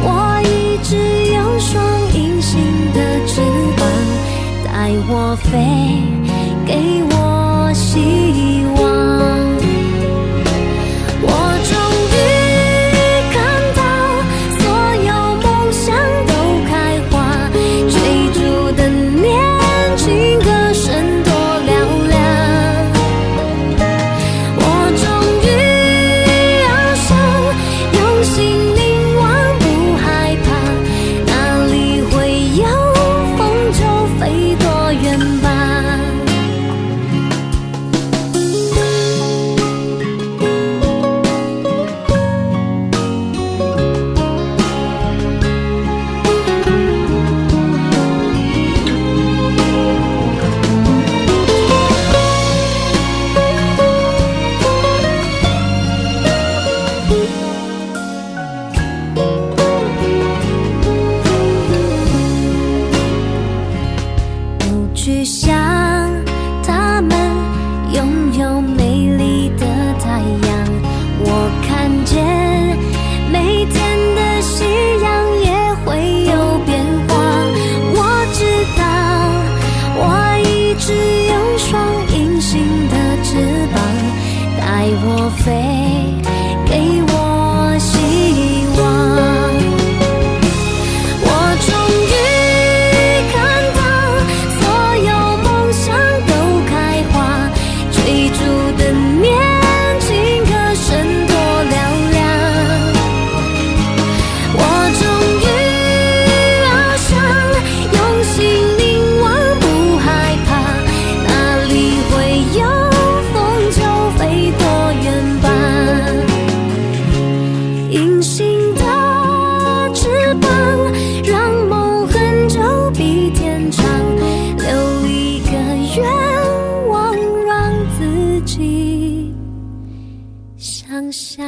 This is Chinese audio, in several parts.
我一直有双隐形的翅膀，带我飞，给我希望。我终于看到，所有梦想都开花，追逐的年轻歌声多嘹亮。我终于翱翔，用心凝望，不害怕，哪里会有风就飞多远吧。不去想他们拥有美丽的太阳，我看见每天的夕阳也会有变化。我知道我一直有双隐形的翅膀，带我飞，给我希望。我终于看到，所有梦想都开花，追逐的年轻歌声多嘹亮。我终于翱翔，用心凝望，不害怕，哪里会有风就飞多远吧。隐形的翅膀，让梦很久比天长，留一个愿望，让自己想象。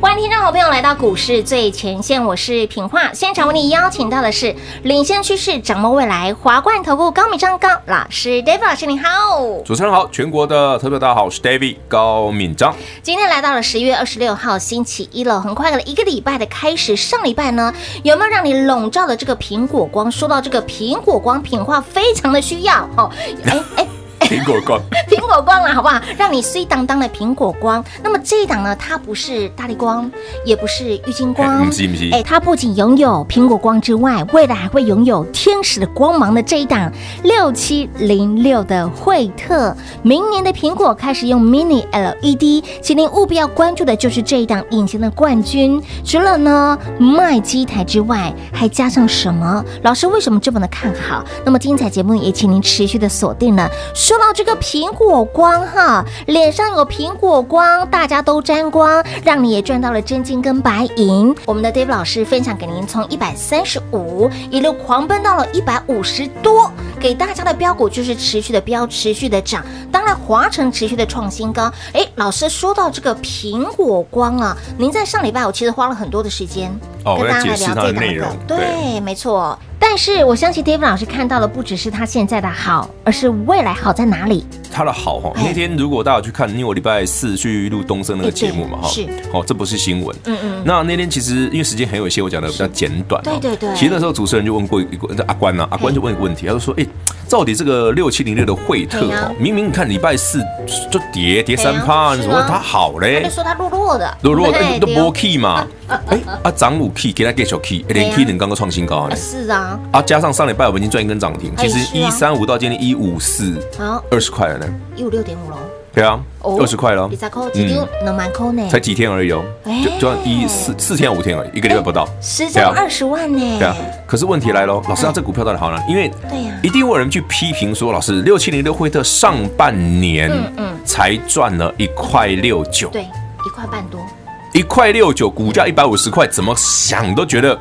欢迎听众好朋友来到股市最前线，我是品化。现场为你邀请到的是领先趋势、掌握未来华冠投顾高敏章高老师，David 老师，你好。主持人好，全国的特别大家好，我是 David 高敏章。今天来到了十一月二十六号星期一了，很快的一个礼拜的开始。上礼拜呢，有没有让你笼罩的这个苹果光？说到这个苹果光，品化非常的需要哦。哎哎，苹果光，苹果光啦，好不好？让你碎当当的苹果光。那么这一档呢，它不是大力光，也不是郁金光，哎 不是不是哎，它不仅拥有苹果光之外，未来还会拥有天使的光芒的这一档六七零六的惠特。明年的苹果开始用 Mini E LED，请您务必要关注的就是这一档隐形的冠军。除了呢卖机台之外，还加上什么？老师为什么这么的看好？那么精彩节目也请您持续的锁定了。说到这个苹果光哈，脸上有苹果光，大家都沾光，让你也赚到了真金跟白银。我们的 Dave 老师分享给您从一百三十五一路狂奔到了一百五十多，给大家的标股就是持续的标，持续的涨。当然，华晨持续的创新高。哎，老师说到这个苹果光啊，您在上礼拜我其实花了很多的时间哦跟我在大家来解释了它解的到内容对，对没错。但是我相信 David 老师看到的不只是他现在的好，而是未来好在哪里。它的好哈，哎那天如果大家有去看，因为我礼拜四去录东升那个节目嘛哈，哎对哦，这不是新闻。嗯嗯，那那天其实因为时间很有限，我讲的比较简短哦。对对对其实那时候主持人就问过一个阿关呐、啊阿关就问一个问题，他就说：“哎、到底这个六七零六的惠特对啊哦，明明你看礼拜四就跌跌三趴，对啊你怎么是啊它好他嘞就？说他弱弱的，如果对都对哦波 key 嘛，哎啊涨五 key 给它 get 小 key，对啊连 key 能刚刚创新高呢啊。是啊，啊，加上上礼拜我们已经赚一根涨停，哎其实是啊一三五到今天一五四，好二十块了呢。一五六点五喽，对啊，二十块了哦嗯比，赛扣几丢能蛮扣呢，才几天而已哦，哎就就像一四四天五天而已，一个礼拜不到。十张二十万呢，对啊，可是问题来了，老师，那这股票到底好呢？因为对呀一定会有人去批评说，老师六七零六惠特上半年嗯嗯才赚了一块六九，对，一块半多，一块六九，股价一百五十块，怎么想都觉得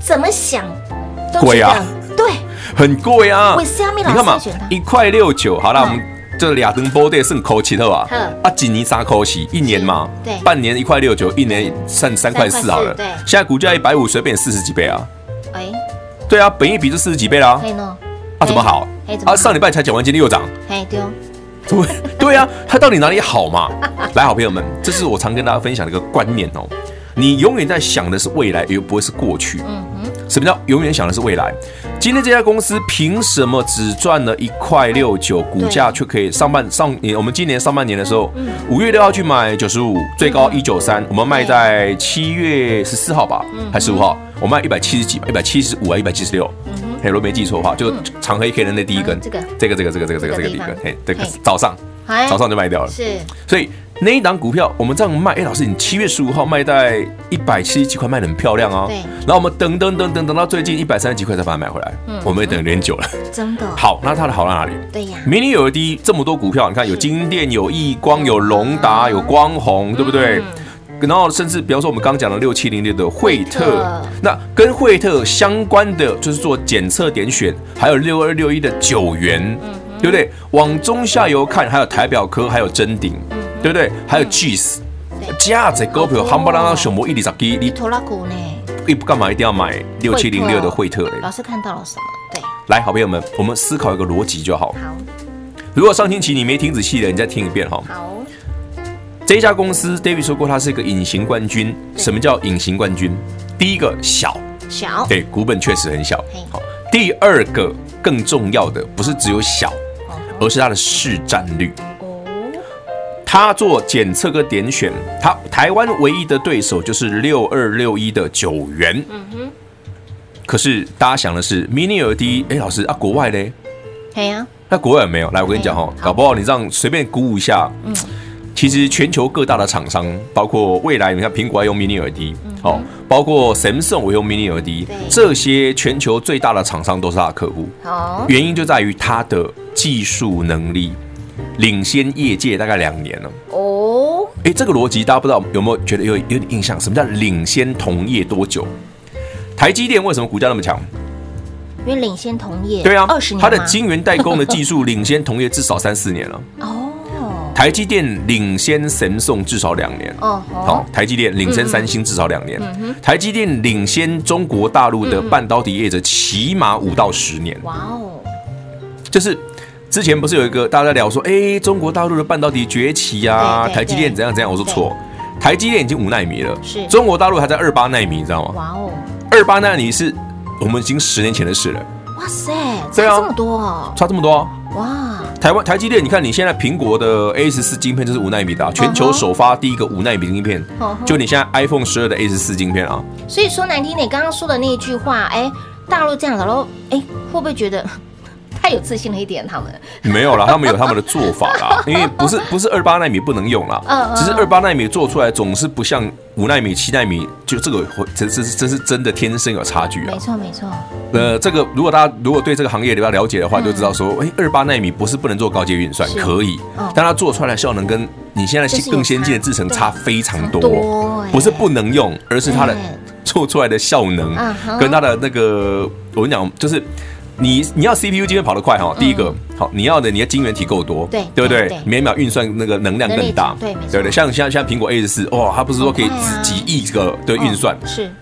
怎么想都贵啊觉得，对，很贵啊。我下面你看老嘛师选它，一块六九，好了，嗯我们这俩灯波得剩口七了吧好？啊，几年三口七，一年嘛，是对半年一块六九，一年剩三块四好了3.4对。现在股价一百五，随便四十几倍啊。哎，对啊，本益比就四十几倍啦可，以弄，啊，怎么好哎？怎么好啊，上礼拜才讲完，今天又涨，哎丢，对 对啊，它到底哪里好嘛？来，好朋友们，这是我常跟大家分享的一个观念哦，你永远在想的是未来，也不会是过去。嗯哼，什么叫永远想的是未来？今天这家公司凭什么只赚了一块六九，股价却可以上半上年我们今年上半年的时候，嗯五月六号去买九十五，最高一九三，我们卖在七月十四号吧，嗯还是五号？我卖一百七十几，一百七十五啊，一百七十六。嘿，如果没记错的话，就长黑 K 的那第一根嗯，这个这个这个这个这个这个这个这个地第一方根，嘿，这个嘿早上哎早上就卖掉了。是所以那一档股票我们这样卖，哎、老师，你七月十五号卖在一百七十几块，卖的很漂亮啊。对然后我们等等等等等到最近一百三十几块才把它买回来，嗯我们也等了有点久了。真的，好，那它的好在哪里？对呀，明年有了第一，这么多股票，你看有金店、有易光、有龙达、有光红，对不对？然后甚至比方说我们刚刚讲的六七零六的惠惠特特，那跟惠特相关的就是做检测点选，还有六二六一的九元，对不对？往中下游看，还有台表科，还有真鼎，对不对？还有 GIS，价值股票夯不啷当熊魔一里咋给你头拉股呢，你干嘛一定要买六七零六的惠特嘞？老师看到了什么？对，来，好朋友们，我们思考一个逻辑就好。好，如果上星期你没听仔细的，你再听一遍哈。好，这一家公司，David 说过，它是一个隐形冠军。什么叫隐形冠军？第一个小，小，对，股本确实很小嘿。好，第二个更重要的不是只有小，而是它的市占率。哦，它做检测跟点选，它台湾唯一的对手就是六二六一的九元。嗯哼。可是大家想的是 Mini LED，哎，老师啊，国外嘞？嘿呀，那国外有没有？来，我跟你嗯讲哦，搞不好你这样随便估一下，其实全球各大的厂商，包括未来，你看苹果还用 Mini LED，哦，包括 Samsung 我用 Mini 嗯 LED，对这些全球最大的厂商都是他的客户，好，原因就在于他的技术能力领先业界大概两年了。哦，诶，这个逻辑大家不知道有没有觉得有有点印象？什么叫领先同业多久？台积电为什么股价那么强？因为领先同业，对啊二十，年它的吗晶圆代工的技术领先同业至少三四年了。哦，台积电领先神送至少两年。哦嗯好吼，，台积电领先三星至少两年，台积电领先中国大陆的半导体业者起码五到十年。哇哦，就是之前不是有一个大家在聊说，哎，中国大陆的半导体崛起啊，对对台积电怎样怎样？我说对错，台积电已经五纳米了，是中国大陆还在二八纳米，你知道吗？哇哦，二八纳米是我们已经十年前的事了，哇塞，差对啊这么多哦，差这么多啊、哇，台湾台积电，你看你现在苹果的 A 十四晶片就是五纳米的、啊，全球首发第一个五纳米晶片嗯嗯哼，就你现在 iPhone 十二的 A 十四晶片啊，所以说难听点，刚刚说的那一句话，哎，大陆这样子喽，哎，会不会觉得 太有自信了一点？他们没有啦，他们有他们的做法 啦，因为不是不是二八纳米不能用嗯啦嗯，只是二八纳米做出来总是不像五纳米、七纳米，就这个会这这这是真的天生有差距啊没。错没错，呃，这个如果大家如果对这个行业比较了解的话，就知道说，哎，二八纳米不是不能做高阶运算嗯是，可以嗯，但它做出来的效能跟你现在就是有更先进的差制程对差非常差很多多欸，不是不能用，而是它的对做出来的效能嗯哼跟它的那个，我跟你讲，就是你你要 CPU 今天跑得快哈，第一个好，你要的你的晶圆体够多，嗯对对不对对对？每秒运算那个能量能力更大，对没错哦不对？像像像苹果 A 十四，哇，它不是说可以很快啊几亿个的运算嗯，是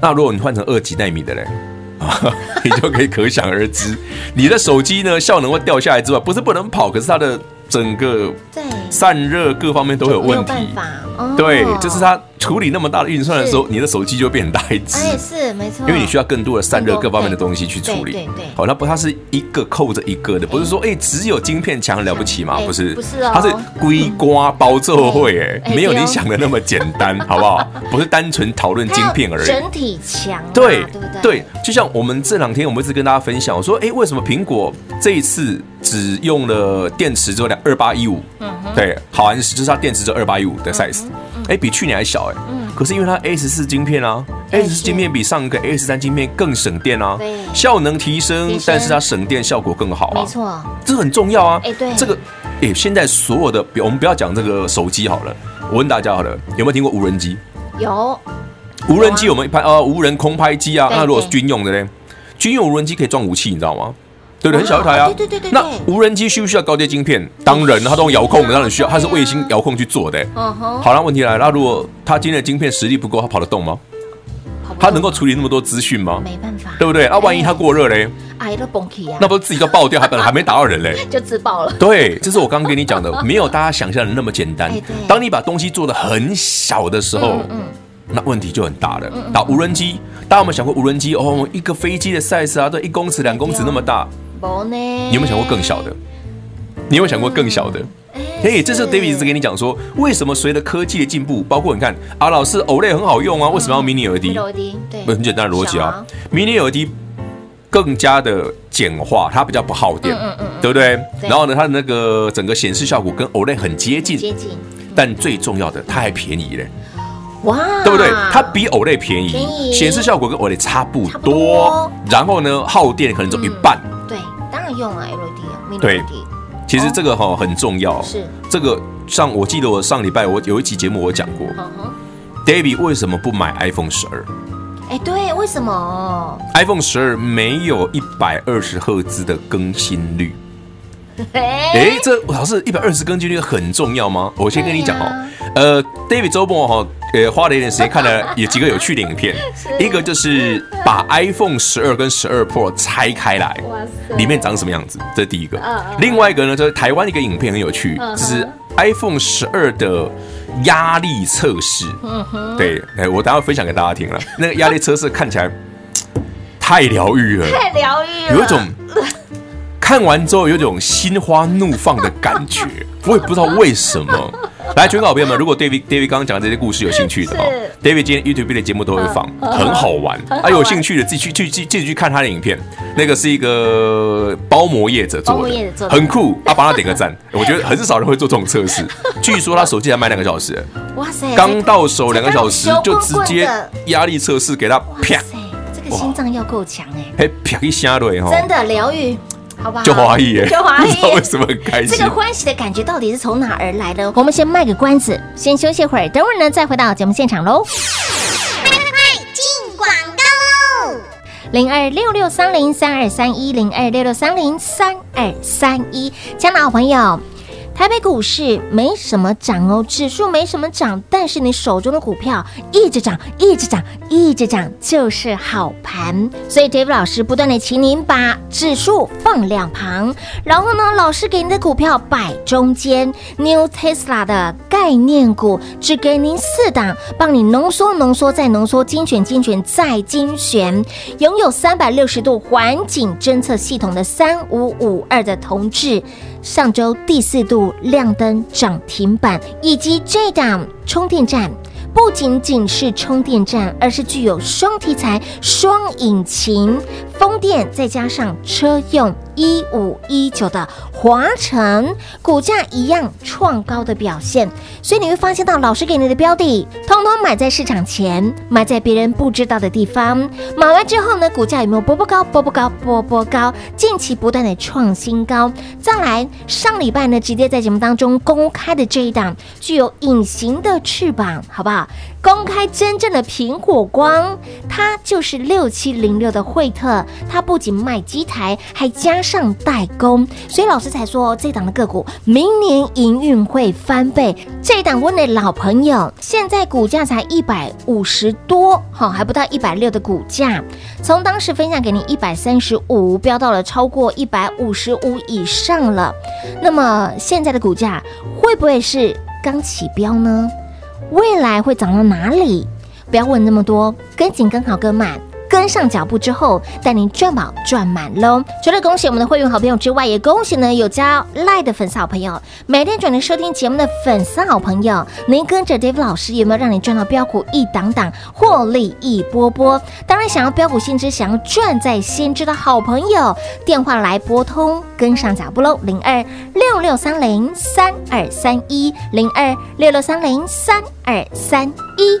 那如果你换成二级纳米的嘞， 啊，你就可以可想而知，你的手机呢效能会掉下来之外，不是不能跑，可是它的整个对，散热各方面都会有没有问题。办法，哦对，就是，它处理那么大的运算的时候，你的手机就会变很大一只。哎，是没错，因为你需要更多的散热各方面的东西去处理。对对对好，那不它是一个扣着一个的，不是说哎只有晶片强了不起嘛？哎不是，不是哦它是龟瓜包奏会哎哎，没有对哦你想的那么简单，好 不好？不是单纯讨论它晶要片而已。整体强啊，对对不对，就像我们这两天，我们一直跟大家分享，我说，哎，为什么苹果这一次只用了电池只有两二八一五？嗯对，好安时就是它电池只有二八一五的 size，哎，比去年还小哎。嗯可是因为它 A 十四晶片啊，A 十四晶片比上一个 A 十三晶片更省电啊对，效能提提升升，但是它省电效果更好啊。没错，这很重要啊。哎对这个哎，现在所有的，比我们不要讲这个手机好了，我问大家好了，有没有听过无人机？有无人机我们拍呃无人空拍机啊，对那如果是对军用的嘞，军用无人机可以装武器，你知道吗？对不哦对？很小一台啊。对对对对对那无人机需不需要高阶晶片？当然，它都用遥控的，当然需要，它是卫星遥控去做的、嗯哼，好了，那问题来了，那如果它今天的晶片实力不够，它跑得动吗？跑不它动能够处理那么多资讯吗？哦没办法，对不对？那万一它过热嘞，哎都崩起啊，那不是自己都爆掉，还本来还没打到人嘞？就自爆了，对，这是我刚刚跟你讲的，没有大家想象的那么简单哎对。嗯当你把东西做的很小的时候，那问题就很大了。打无人机，大家有没有想过无人机？哦，一个飞机的 size 啊，对，一公尺、两公尺那么大，没呢，你有没有想过更小的？你有没有想过更小嗯的？哎，这是 David 一直跟你讲说，为什么随着科技的进步，包括你看啊，老师 OLED 很好用啊，为什么要 Mini 低 LED？对，很简单的逻辑嗯小啊，Mini LED 更加的简化，它比较不耗电，嗯嗯嗯对不对？对然后呢，它的那个整个显示效果跟 OLED 很接近，接近，但最重要的，它还便宜嘞，哇，对不对？它比 OLED 便宜，啊便宜显示效果跟 OLED 差不差不多多，嗯然后呢，耗电可能只有一半。对，当然用了 LED 啊 mini 对哦 LED 其实这个哈、很重要，是，这个上我记得我上礼拜我有一期节目我讲过嗯哼， ，David 为什么不买 iPhone 十二哎，对，为什么？ ？iPhone 十二没有一百二十赫兹的更新率。哎，哎，这老师一百二十更新率很重要吗？我先跟你讲哦对，呃，David 周末哈，呃，花了一点时间看了有几个有趣的影片，一个就是把 iPhone 十二跟十二 Pro 拆开来，里面长什么样子，这是第一个。另外一个呢，就是台湾一个影片很有趣，就是 iPhone 十二的压力测试。对，哎，我等一下分享给大家听了。那个压力测试看起来太疗愈了，太哎疗愈了，有一种看完之后有一种心花怒放的感 觉，我也不知道为什么。来，全港好朋友们，如果 David David 刚刚讲的这些故事有兴趣的哦，David 今天 YouTube 的节目都会放，嗯很好玩。啊，有兴趣的自己去去去自己去看他的影片，那个是一个包膜业者包做膜业者的做，的很酷。啊，帮他点 个赞，我觉得很少人会做这种测试。据说他手机才卖两个 小时，哇塞，刚到手两个小时才刚就直接修光棍压力测试给他哇啪，塞，这个心脏要够强哎，嘿啪一下对哈。真的疗愈，好不好？哦就华裔耶，啊就华不知道为裔。什么很开这心。个欢喜的感觉到底是从哪儿来的？我们先卖个关子，先休息会儿，等会儿呢再回到节目现场喽。进广告喽。零二六六三零三二三一零二六六三零三二三一，加拿好朋友。台北股市没什么涨哦，指数没什么涨，但是你手中的股票一直涨，一直涨，一直涨，就是好盘。所以 Dave 老师不断的请您把指数放两旁，然后呢，老师给你的股票摆中间，New Tesla 的概念股只给您四档，帮你浓缩、浓缩再浓缩，精选、精选再精选。拥有三百六十度环境侦测系统的三五五二的同志，上周第四度亮灯涨停板，以及这档充电站。不仅仅是充电站，而是具有双题材、双引擎、风电，再加上车用一五一九的华晨，股价一样创高的表现。所以你会发现到老师给你的标的，通通买在市场前，买在别人不知道的地方。买完之后呢，股价有没有波波高、波波高、波波高？近期不断的创新高。再来，上礼拜呢，直接在节目当中公开的这一档具有隐形的翅膀，好不好？公开真正的苹果光，它就是六七零六的惠特，它不仅卖机台，还加上代工，所以老师才说哦，这档的个股明年营运会翻倍。这档我的老朋友，现在股价才一百五十多，哈、还不到一百六的股价，从当时分享给你一百三十五，飙到了超过一百五十五以上了。那么现在的股价会不会是刚起标呢？未来会涨到哪里？不要问那么多，跟紧、跟好、跟满。跟上脚步之后，带您赚饱赚满喽！除了恭喜我们的会员好朋友之外，也恭喜呢有加赖的粉丝好朋友，每天准时收听节目的粉丝好朋友，您跟着 Dave 老师有没有让你赚到标股一档档，获利一波波？当然，想要标股先知，想要赚在先知的好朋友，电话来拨通，跟上脚步喽！零二六六三零三二三一零二六六三零三二三一。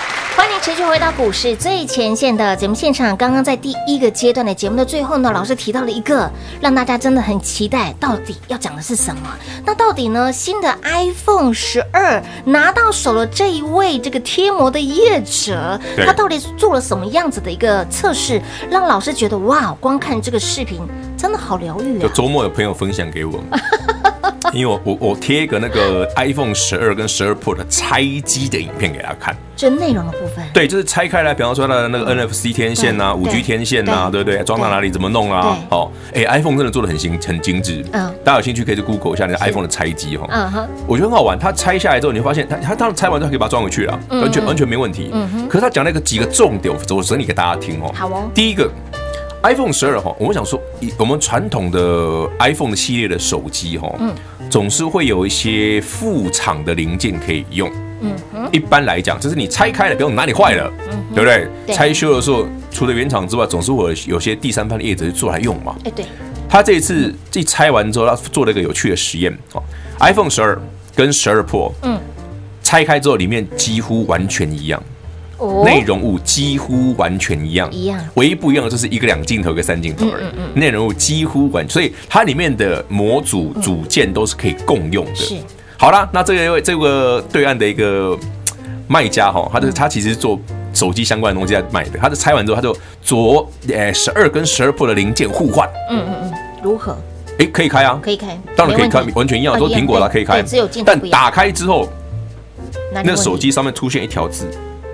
欢迎持续回到股市最前线的节目现场。刚刚在第一个阶段的节目的最后呢，老师提到了一个让大家真的很期待，到底要讲的是什么？那到底呢，新的 iPhone 十二拿到手了这一位这个贴膜的业者，对他到底做了什么样子的一个测试，让老师觉得哇，光看这个视频真的好疗愈就啊！周末有朋友分享 给我，因为我我我贴一个那个 iPhone 十二跟十二 Pro 的拆机的影片给他看。这内容的部分，对，就是拆开来，比方说它的那个 NFC 天线呐、五嗯对 G 天线呐、对对不对？装到哪里怎么弄啊？对哦，哎，iPhone 真的做的很精很精致。嗯大家有兴趣可以去 Google 一下那个 iPhone 的拆机哦哈。嗯哼，我觉得很好玩，它拆下来之后，你会发现它它当然拆完之后可以把它装回去了，完全完全没问题。可是它讲了一个几个重点，我我整理给大家听哦。好哦第一个。iPhone 十二哈，我们想说，以我们传统的 iPhone 的系列的手机哈，总是会有一些副厂的零件可以用。一般来讲，就是你拆开了，比如哪里坏了，对不对对？拆修的时候，除了原厂之外，总是会有有些第三方的业者去做来用嘛。哎对，他这一次一拆完之后，他做了一个有趣的实验哦，iPhone 十二跟十二 Pro，嗯拆开之后里面几乎完全一样，哦内容物几乎完全一样，一样唯一不一样的就是一个两镜头，一个三镜头而嗯已，内容物几乎完，所以它里面的模组组件都是可以共用的。是，好啦，那这个因为这个对岸的一个卖家哦哈，他嗯就是他其实是做手机相关的东西在卖的，他就拆完之后，他就左呃十二跟十二 Pro 的零件互换，嗯嗯嗯，如何诶，可以开啊，可以开？当然可以没开问题，完全一样，哦都是苹果啦，对可以开对，只有镜头但不一样。打开之后，哪里那问手题机上面出现一条字，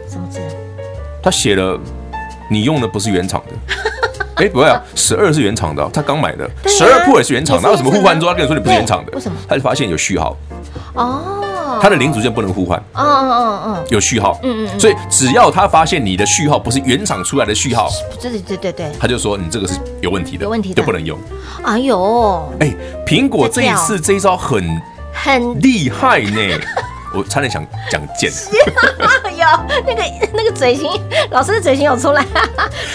什么字？他写了你用的不是原厂的。 哎，不会啊，十二是原厂的哦，他刚买的，对啊十二 Pro 也是原厂的，也那是为原厂的什么互换之后他跟你说你不是原厂的？对为什么他就发现有序号，哦，它的零组件不能互换，哦哦哦有序号。嗯嗯嗯所以只要他发现你的序号不是原厂出来的序号，哦，对对对对对，他就说你这个是有问题的，有问题的就不能用。哎呦，哎，苹果这一这次这一招很很 厉害呢，我差点想讲贱。哎呦，那个 那个嘴型，老师的嘴型有出来，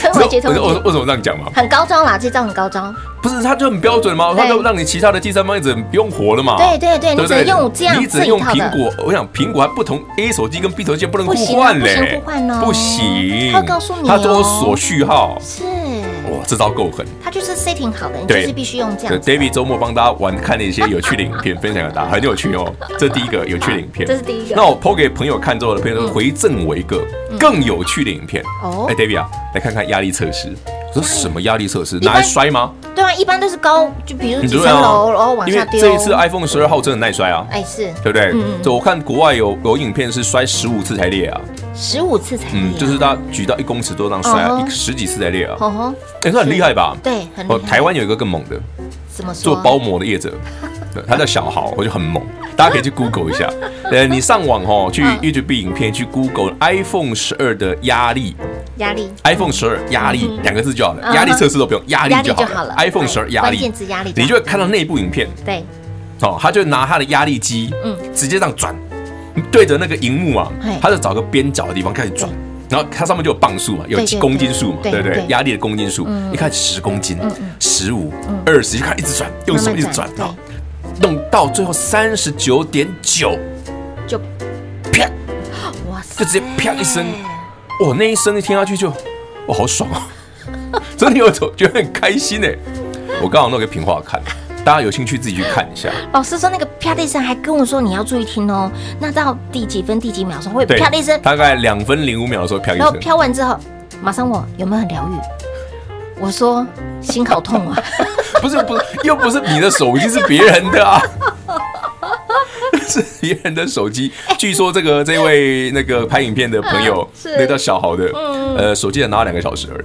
成为你节知道奏我我为什么这样讲吗？很高招啦，这招很高招，不是，它就很标准嘛，它就对让你其他的第三方业者不用活了嘛。对对对，对你不只对？能用这样你只这能一用套苹的，果。我想苹果还不同 A 手机跟 B 手机不能不互行换不行嘞，互换哦不行它会告诉你哦它都锁序号。是，哇，这招够狠！它就是 setting 好的，你就对是必须用这对样子啊的。 ，David 周末帮大家玩看了一些有趣的影片，分享给大家，很有趣哦。这第一个有趣的影片，这是第一个嗯那我抛给朋友看之后，朋友回赠我一个更有趣的影片。哦哎，David 啊，来看看压力测试。我说什么压力测试？般拿来摔吗？对啊，一般都是高，就比如你几对层啊楼，然后往因为下丢。这一次 iPhone 十二号真的耐摔啊，哎是对不对嗯嗯？就我看国外有有影片是摔十五次才裂啊，十五次才嗯，裂啊就是它举到一公尺多这样摔嗯啊，哼一十几次才裂啊，哦吼，哎，这很厉害吧？对，很厉哦，害。台湾有一个更猛的，怎么说？做包膜的业者，对，他叫小豪，我就很猛，大家可以去 Google 一下。呃，你上网哦，去嗯 YouTube 影片去 Google iPhone 十二的压力压力， ，iPhone 十二压力两个字就好了，嗯压力测试都不用，压力压力就就好好了了。iPhone 十二压关键力，字压力好，你就会看到那部影片对，哦，他就拿他的压力机，嗯直接这样转，对着那个荧幕啊嘿，他就找个边角的地方开始转。然后它上面就有磅数嘛，有对对公斤数嘛，对对不对对？嗯压力的公斤数，一开始十公斤、十五、二十，就开始一直转，用手一直转慢慢到弄到最后三十九点九，就啪，哇塞，就直接啪一声，哎哇，那一声一听下去就，哇，好爽啊！ 真的有种觉得很开心哎、我刚好弄个平话看，大家有兴趣自己去看一下。老师说那个啪的一声，还跟我说你要注意听哦。那到第几分、第几秒的时候会对啪的一声，大概两分零五秒的时候啪一然后声，飘完之后，马上问我有没有很疗愈。我说心好痛 啊，不是不是，又不是你的手机，是别人的啊。 是别人的手机，据说这个这位那个拍影片的朋友，那个叫小豪的，呃，手机才拿了两个小时而已。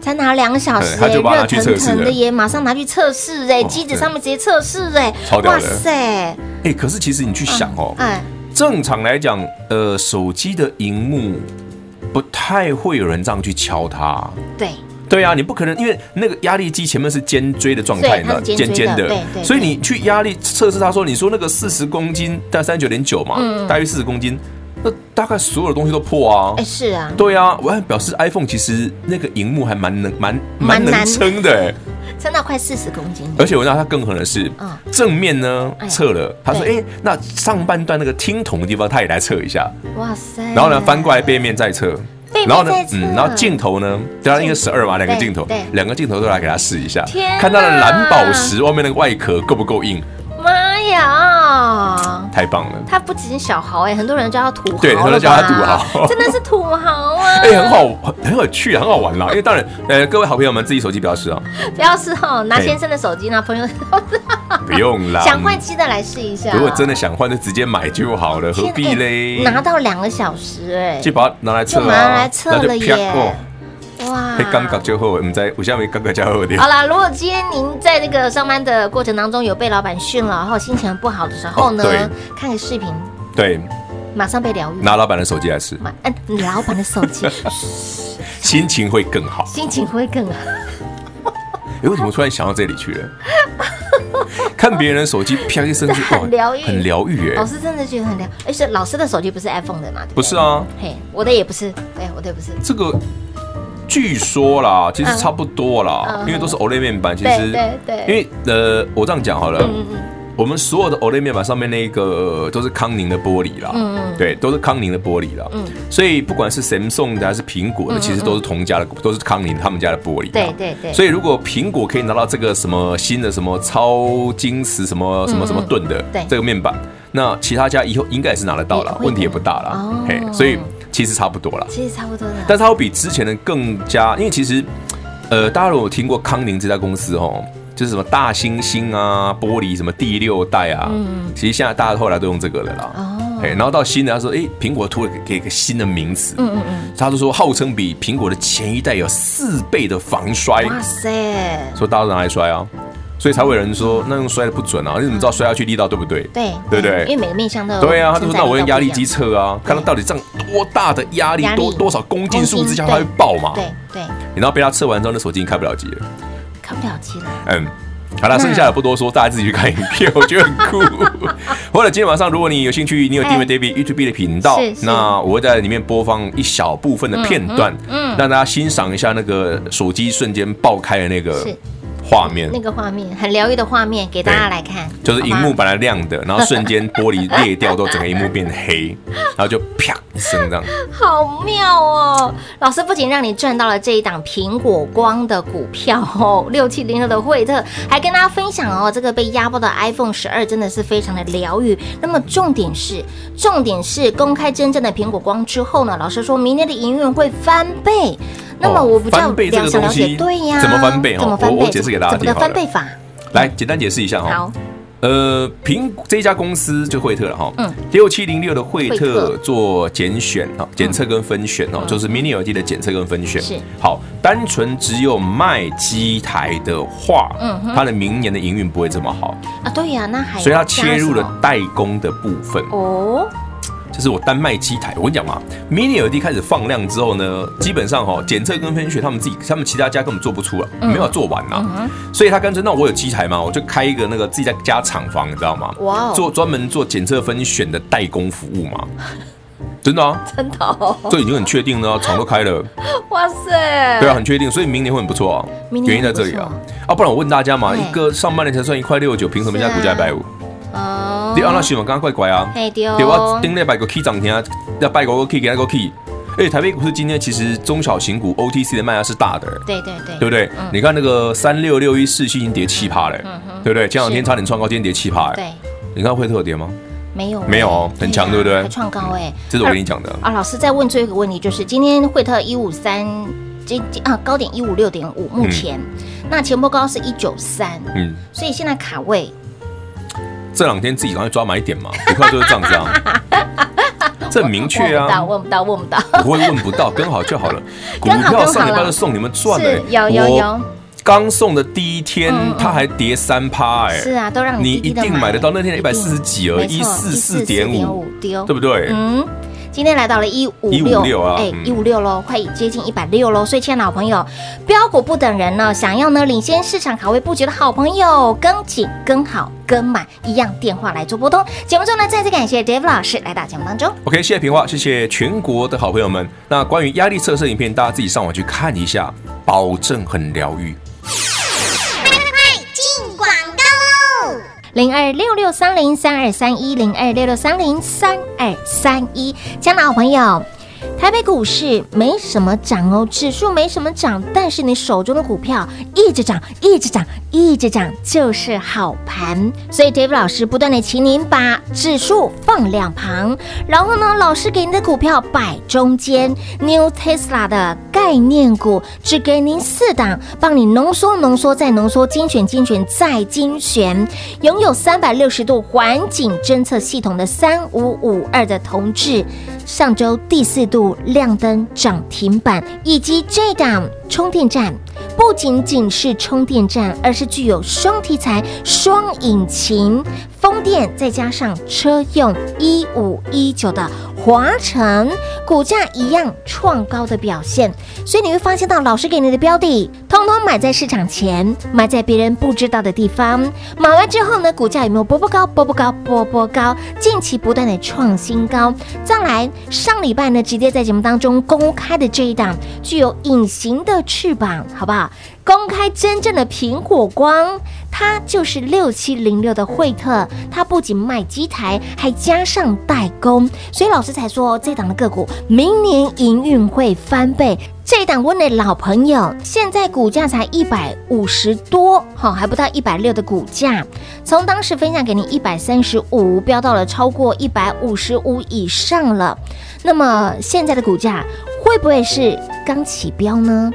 才拿两小时、嗯哎，他就把它拿热去腾测试腾的了耶，马上拿去测试哎，哦机子上面直接测试哎，超屌的塞，哎、可是其实你去想哦，哎，正常来讲，呃，手机的荧幕不太会有人这样去敲它。对，对啊，你不可能，因为那个压力机前面是尖锥的状对态，你知它道是尖锥的对对所以你去压力测试它说，你说那个四十公斤，但三九点九嘛，大约四十公斤，那大概所有的东西都破啊。嗯哎是啊，对啊，我还表示 iPhone 其实那个荧幕还蛮能蛮蛮蛮能难撑的欸，撑到快四十公斤，而且我让它更狠的是嗯，正面呢哎测了，他说对哎，那上半段那个听筒的地方他也来测一下，哇塞，然后呢，翻过来背面再测。嗯背面然后呢嗯再，测然后镜头呢，对啊，因为十二嘛，两个镜头对对，两个镜头都来给他试一下天，看他的哪蓝宝石外面那个外壳够不够硬，妈呀！太棒了，他不只是小豪哎、很多人叫他土豪了吧，对很多人叫他土豪真的是土豪 啊！哎，很好，很很有趣，啊很好玩啦。因为当然，呃，各位好朋友们自己手机不要 试啊，不要是哦，拿对先生的手机，拿朋友不用啦。 想换新的来试一下。如果真的想换，就直接买就好了，何天必嘞哎？拿到两个小时哎、就把它拿来测就啊，拿来测了然后就啪耶哦，哇会尴尬就后，我们在我下面尴尬就后的。好啦，如果今天您在这个上班的过程当中有被老板训了，然后心情很不好的时候呢，哦对看个视频，对，马上被疗愈。拿老板的手机来试，马嗯，老板的手 机心情会更好。心情会更好。哎，为什么突然想到这里去了？看别人的手机啪一声就 很疗愈哦很疗愈老哎。师真的觉得很疗，而且老师的手机不是 iPhone 的嘛？对对不是啊，嘿，我的也不是，哎，我的也不是。这个据说啦，其实差不多啦，嗯因为都是 OLED 面板，其对实对对，因为呃，我这样讲好了嗯。嗯我们所有的 OLED 面板上面那个都是康宁的玻璃啦，嗯嗯对，都是康宁的玻璃啦，嗯所以不管是 Samsung 的还是苹果的，其实都是同家的，都是康宁他们家的玻璃啦，对对对所以如果苹果可以拿到这个什么新的什么超晶石什么什么什么盾的嗯对这个面板，那其他家以后应该也是拿得到也啦，会问题也不大啦哦，嘿，所以其实差不多啦，其实差不多的。但是它会比之前的更加，因为其实，呃，大家如果有听过康宁这家公司哦，就是什么大猩猩啊、玻璃什么第六代啊，其实现在大家后来都用这个了啦。嗯哦哎，然后到新的，他说，哎，苹果突然给给一个新的名词，嗯嗯嗯，他就说号称比苹果的前一代有四倍的防摔，哇塞，说大家都拿来摔啊，所以才会有人说那用摔的不准啊，你怎么知道摔下去力道对不对？对对不对因为每个面向都有对啊，他就承说载那我用力都压不一力样机测啊，看它到底这样多大的压力压，力多多少公斤数之下公它会斤爆嘛？对对，你然后被他测完之后，那手机已经开不了机了。看不了机了。嗯，好了，剩下的不多说，大家自己去看影片， 我觉得很酷。或者今天晚上，如果你有兴趣，你有订阅哎 David YouTube 的频道是，是那我会在里面播放一小部分的片段，嗯嗯让大家欣赏一下那个手机瞬间爆开的那个是画面那。个画面很疗愈的画面，给大家对来看，就是好荧吧幕本来亮的，然后瞬间玻璃裂掉，都整个荧幕变 黑，然后就啪一声这样。好妙哦！老师不仅让你赚到了这一档苹果光的股票哦，六七零六的惠特，还跟大家分享哦，这个被压爆的 iPhone 十二真的是非常的疗愈。那么重点是，重点是公开真正的苹果光之后呢，老师说明年的营运会翻倍。那么哦我比较翻倍这了个想了东西解，对呀，怎么翻倍哦怎么翻我倍？我解释给大家怎么听个好了哦翻倍法？来，简单解释一下哈、好，呃，苹这一家公司就惠特了哈，嗯，六七零六的惠惠特特做检选哈，检测跟分选哦，就是 mini LED 的检测跟分选。嗯是好，单纯只有卖机台的话，嗯哼它的明年的营运不会这么好，啊，对呀、那还所以它要加切入什了么代工的部分。哦，就是我单卖机台，我跟你讲嘛，mini LED 开始放量之后呢，基本上哈、哦，检测跟分选他们自己，他们其他家根本做不出了，嗯没有做完啦、所以他干脆，那我有机台嘛，我就开一个那个自己在家厂房，你知道吗？哇哦做专门做检测分选的代工服务嘛， 真的啊，真的哦、这已经很确定了啊，厂都开 了，哇塞！对啊，很确定，所以明年会很不错啊，明年原因会很在不这错里啊，啊，不然我问大家嘛，哎一个上半年才算一块六九，凭什么现在股价一百五？哦，你按那新闻刚刚怪怪啊，嘿对哦对我顶礼拜个 K 涨停啊，要拜个 K 给那个 K。哎，台北股市今天其实中小型股 OTC 的卖压是大的，对对对，对不对？你看那个三六六一四已经跌七趴了，嗯对不对？前两天差点创高，今天跌七趴。对，你看惠特有跌吗？没有没有哦哎很呀强对不对还创高哎，这是我跟你讲的。啊，老师再问最后一个问题，就是今天惠特一五三，今今啊高点一五六点五，目前、那前波高是一九三，嗯，所以现在卡位这两天自己赶快抓买点嘛，股票就是这样子啊， 这很明确啊。问不到，问不到，问不到，不会问不到，跟好就好 了。股跟好票跟好上礼拜啦就送你们 赚了、欸哦是有有我有刚送的第一天嗯嗯，嗯它还跌三趴，哎、是啊，都让你你一低低地定买得到。那天一百定四十几而没已，错一四四点五， 144.5丢，对不对？嗯，今天来到了一五156啊哎，一嗯五六喽，快接近一百六喽。所以，亲爱的老朋友，标股不等人呢，想要呢领先市场卡位布局的好朋友，跟紧、跟好、跟满，一样电话来做拨通。节目中呢，再次感谢 Dave 老师来到节目当中。 OK，谢谢平花，谢谢全国的好朋友们。那关于压力测试影片，大家自己上网去看一下，保证很疗愈。零二六六三零三二三一零二六六三零三二三一，加拿好朋友。台北股市没什么涨哦，指数没什么涨，但是你手中的股票一直涨，一直涨，一直涨，就是好盘。所以 Dave 老师不断的请您把指数放两旁，然后呢，老师给您的股票摆中间，New Tesla 的概念股只给您四档，帮你浓缩、浓缩再浓缩，精选、精选再精选。拥有三百六十度环境侦测系统的三五五二的同志，上周第四度亮灯涨停板，以及这档充电站。不仅仅是充电站，而是具有双题材、双引擎、风电，再加上车用一五一九的华晨，股价一样创高的表现。所以你会发现到老师给你的标的，通通买在市场前，买在别人不知道的地方。买完之后呢，股价有没有波波高、波波高、波波高？近期不断的创新高。再来，上礼拜呢，直接在节目当中公开的这一档具有隐形的翅膀，好不好？公开真正的苹果光，它就是六七零六的惠特，它不仅卖机台，还加上代工，所以老师才说这档的个股明年营运会翻倍。这档温的老朋友，现在股价才一百五十多，哈，还不到一百六的股价，从当时分享给你一百三十五，飙到了超过一百五十五以上了。那么现在的股价会不会是刚起标呢？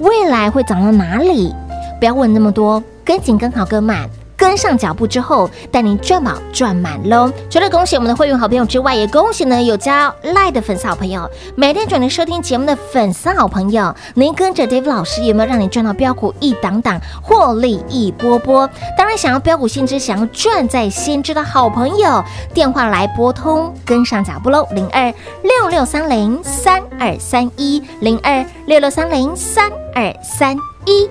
未来会涨到哪里？不要问那么多，跟紧、跟好、跟满。跟上脚步之后，带您赚饱赚满喽！除了恭喜我们的会员好朋友之外，也恭喜呢有加赖的粉丝好朋友，每天准时收听节目的粉丝好朋友，您跟着 Dave 老师有没有让你赚到标股一档档，获利一波波？当然，想要标股先知，想要赚在先知的好朋友，电话来拨通，跟上脚步喽！零二六六三零三二三一零二六六三零三二三一。